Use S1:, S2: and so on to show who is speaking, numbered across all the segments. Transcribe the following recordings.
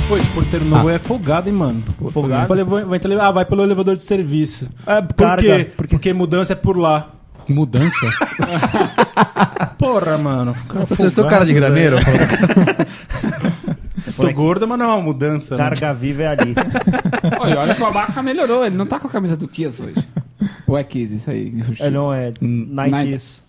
S1: depois, o porteiro novo é folgado, hein, mano. Folgado. Eu falei, vou, vou entrar, ah, vai pelo elevador de serviço.
S2: É,
S1: por
S2: carga,
S1: quê?
S2: porque-
S1: Porque mudança é por lá.
S3: Mudança?
S1: Porra, mano. Cara
S3: Você tem
S1: folgado,
S3: cara de graneiro?
S1: velho. Tô gordo, mas não é uma mudança. né?
S2: Carga viva é ali.
S4: Olha, olha que o Abaca melhorou. Ele não tá com a camisa do Kiss hoje. Ou é Kiss, isso aí.
S2: É, não, é Nikes.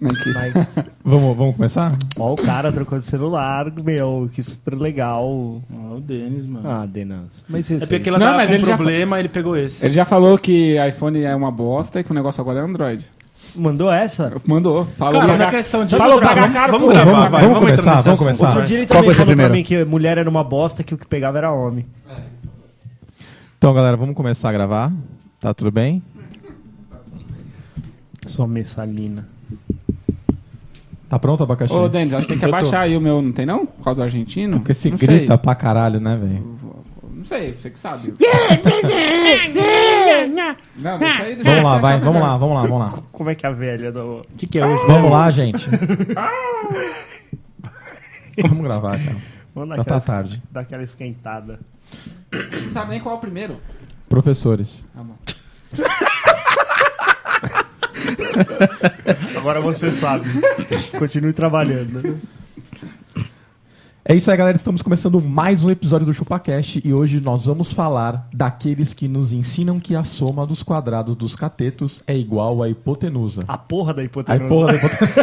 S4: Não é Kiss.
S2: Nikes.
S5: Vamos, vamos começar?
S2: Ó, o cara trocou de celular, meu, que super legal.
S1: Ah, o Denis, mano.
S2: Ah, Denas. Mas isso
S1: É porque ela
S4: Não,
S1: tava
S4: mas
S1: com um
S4: ele já
S1: problema, ele pegou esse.
S4: Ele já falou que iPhone é uma bosta e que o negócio agora é Android.
S2: Mandou essa?
S4: Mandou. Falou
S1: Cara, não
S4: pra
S1: é
S4: cá.
S1: questão de...
S2: Falou,
S1: Vamos
S2: paga
S1: gravar,
S2: caro,
S1: vamos
S2: pô.
S1: gravar,
S5: Vamos-
S1: vai,
S5: vamos
S1: entrar
S5: começar,
S1: nesse
S5: vamos
S1: assunto.
S5: começar.
S2: Outro dia ele
S3: Qual
S2: também
S5: é
S3: vai ser
S2: falou pra
S3: primeiro?
S2: mim que mulher era uma bosta, que o que pegava era homem.
S5: Então, galera, vamos começar a gravar. Tá tudo bem?
S2: Só messalina.
S5: Tá pronto o abacaxi?
S4: Ô, Denis, acho que tem que
S5: Eu tô.
S4: abaixar aí o meu, não tem não? Por causa do argentino?
S5: Porque se
S4: não
S5: grita pra caralho, né, velho?
S4: Sei. Não sei, você que sabe. não, deixa aí, deixa
S5: Vamos
S4: aí,
S5: lá,
S4: deixa
S5: vai,
S4: aí,
S5: vamos
S4: melhor.
S5: lá, vamos lá, vamos lá.
S2: Como é que é a velha do...
S1: O que, que é hoje?
S5: Vamos lá, gente. Vamos gravar, cara.
S2: Manda
S5: Já tá
S2: aquela-
S5: tarde.
S2: Dá aquela esquentada.
S4: Não sabe nem qual é o primeiro.
S5: Professores.
S4: Ah, bom.
S2: Agora você sabe. Continue trabalhando. né?
S5: É isso aí, galera. Estamos começando mais um episódio do ChupaCast e hoje nós vamos falar daqueles que nos ensinam que a soma dos quadrados dos catetos é igual à hipotenusa.
S2: A porra da hipotenusa.
S5: Aí, porra, da hipotenusa.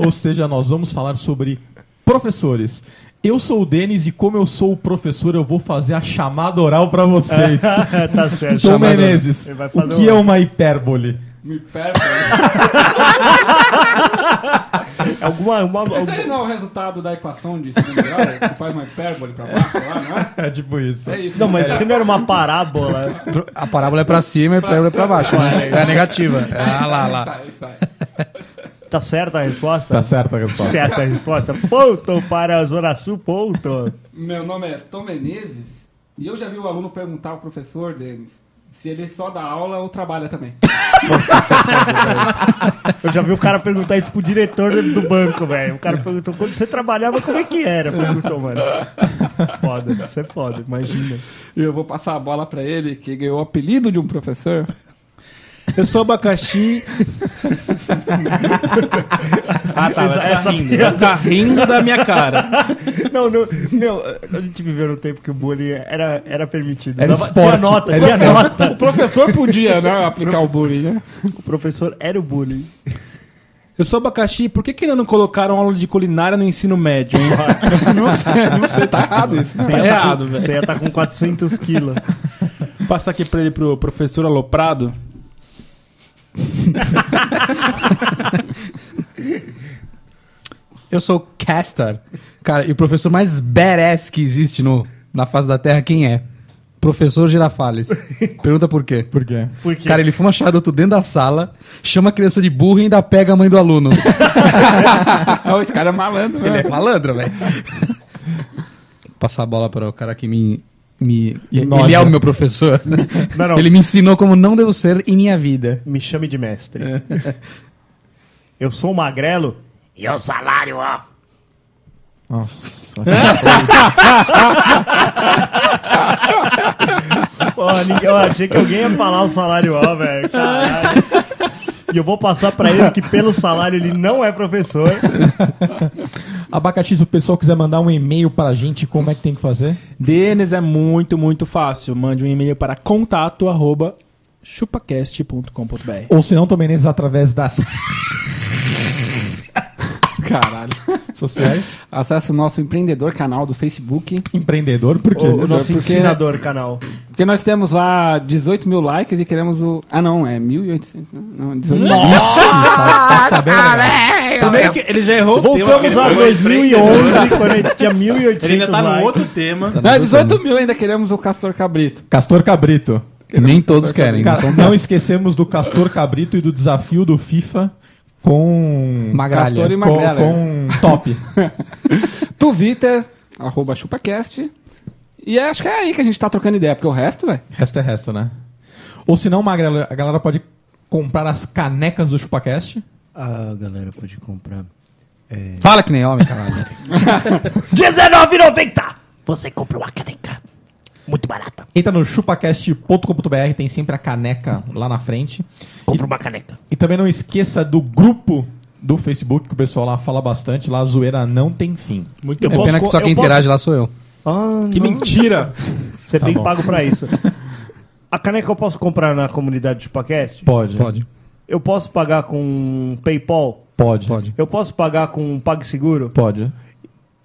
S5: Ou seja, nós vamos falar sobre professores. Eu sou o Denis e como eu sou o professor, eu vou fazer a chamada oral pra vocês.
S2: tá certo.
S5: Tom
S2: Chamada-
S5: Menezes,
S2: Ele vai
S5: o
S2: fazer
S5: que
S2: uma-
S5: é uma hipérbole?
S4: Me né? perca. aí.
S2: Alguma, uma,
S4: Isso aí não é o resultado da equação de segundo grau? Que faz uma hipérbole pra baixo lá, não é?
S5: É tipo isso.
S4: É isso.
S2: Não,
S4: né?
S2: mas isso não era uma parábola.
S3: A parábola é pra cima e a parábola é pra baixo. Né? É a negativa. É, Ah, lá, lá.
S4: Tá, isso aí.
S2: Tá certa a resposta?
S5: Tá certo a resposta.
S2: certa a resposta. Ponto para a Zona Sul, ponto.
S4: Meu nome é Tom Menezes e eu já vi o aluno perguntar ao professor Denis se ele só dá aula ou trabalha também.
S2: Eu já vi o cara perguntar isso pro diretor do do banco, velho. O cara perguntou quando você trabalhava, como é que era? Perguntou, mano. Foda, isso é foda, imagina.
S4: E eu vou passar a bola pra ele, que ganhou o apelido de um professor.
S1: Eu sou abacaxi. ah, tá, vai
S2: Essa
S1: ficar rindo.
S2: piada.
S1: Vai ficar rindo da minha cara.
S2: Não, não, meu, a gente viveu no tempo que o bullying era, era permitido.
S5: Era
S2: tinha
S5: esporte,
S2: nota,
S5: era
S2: tinha
S4: O
S2: nota.
S4: professor podia, né, aplicar o bullying, né?
S2: O professor era o bullying.
S1: Eu sou abacaxi. Por que, que ainda não colocaram aula de culinária no ensino médio, hein?
S4: Não sei, não sei, tá errado isso.
S1: Tá errado, velho.
S2: Você ia estar com 400 quilos.
S1: Passar aqui pra ele pro professor Aloprado.
S3: Eu sou o Castor. Cara, e o professor mais badass que existe no, na face da Terra, quem é? Professor Girafales. Pergunta por quê.
S5: Por quê?
S2: Por quê?
S3: Cara, ele fuma charuto dentro da sala, chama a criança de burro e ainda pega a mãe do aluno.
S4: Ah, Esse cara é malandro,
S3: Ele
S4: né?
S3: é malandro, velho. Passar a bola para o cara que me. me ele
S5: Enoja.
S3: é o meu professor.
S2: Não, não.
S3: Ele me ensinou como não devo ser em minha vida.
S2: Me chame de mestre. Eu sou um magrelo. E o salário, ó.
S5: Nossa.
S2: Porra, ninguém- eu achei que alguém ia falar o salário, ó, velho. Caralho. E eu vou passar pra ele que pelo salário ele não é professor.
S5: Abacaxi, se o pessoal quiser mandar um e-mail pra gente, como é que tem que fazer?
S1: Denis é muito, muito fácil. Mande um e-mail para contato arroba chupacast.com.br.
S5: Ou se não, também neles através das
S4: Caralho.
S5: sociais.
S4: Acesse o nosso empreendedor canal do Facebook,
S5: Empreendedor, por quê? né?
S2: O nosso
S4: porque-
S2: ensinador canal.
S4: porque nós temos lá 18 mil likes e queremos o... Ah, não, é 1.800, né? Não, 18 mil.
S2: né?
S3: É,
S1: Primeiro que ele já errou o tema,
S2: Voltamos
S1: ele
S2: a
S1: foi-
S2: 2011, quando ele tinha 1.800
S1: Ele ainda tá
S2: likes.
S1: no outro tema.
S4: Não, é 18 mil ainda queremos o Castor Cabrito.
S5: Castor Cabrito.
S3: Nem todos querem.
S5: Ca- não esquecemos do Castor Cabrito e do desafio do FIFA com.
S3: Magralha.
S4: Castor e
S5: É, com,
S4: Magrela.
S5: com top.
S4: Twitter, arroba ChupaCast. E acho que é aí que a gente tá trocando ideia, porque o resto, velho.
S5: resto é resto, né? Ou se não, Magrela, a galera pode comprar as canecas do ChupaCast.
S2: Ah, galera, pode comprar.
S3: Fala que nem homem, caralho.
S2: 19,90! você compra uma caneca muito barata.
S5: Entra no chupacast.com.br, tem sempre a caneca lá na frente.
S2: Compra uma caneca.
S5: E também não esqueça do grupo do Facebook, que o pessoal lá fala bastante, lá a zoeira não tem fim.
S2: Muito
S3: É pena que só quem interage lá Tá sou eu.
S1: Que mentira!
S2: Ah, Você tem
S5: bom.
S2: pago pra isso. A caneca eu posso comprar na comunidade de podcast?
S5: Pode.
S3: Pode,
S2: Eu posso pagar com PayPal?
S5: Pode.
S3: pode,
S2: Eu posso pagar com PagSeguro?
S5: Pode.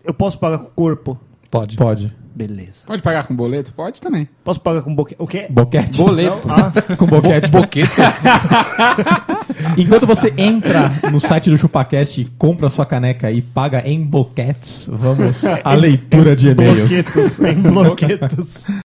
S2: Eu posso pagar com corpo?
S3: pode.
S5: Pode.
S2: Beleza.
S4: Pode pagar com boleto? Pode também.
S2: Posso pagar com boque... o quê?
S5: Boquete.
S4: Boleto.
S5: Com boquete.
S3: Boquete.
S5: Enquanto você entra no site do ChupaCast, compra sua caneca e paga em boquetes, vamos à leitura de e-mails.
S2: Bloquetos, em bloquetos.